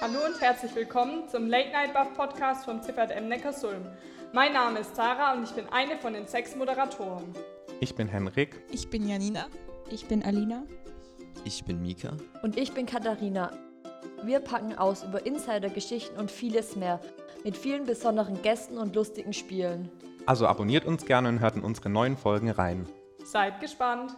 Hallo und herzlich willkommen zum Late Night Buff Podcast vom ZippertM Neckarsulm. Mein Name ist Tara und ich bin eine von den sechs Moderatoren. Ich bin Henrik. Ich bin Janina. Ich bin Alina. Ich bin Mika. Und ich bin Katharina. Wir packen aus über Insider-Geschichten und vieles mehr. Mit vielen besonderen Gästen und lustigen Spielen. Also abonniert uns gerne und hört in unsere neuen Folgen rein. Seid gespannt!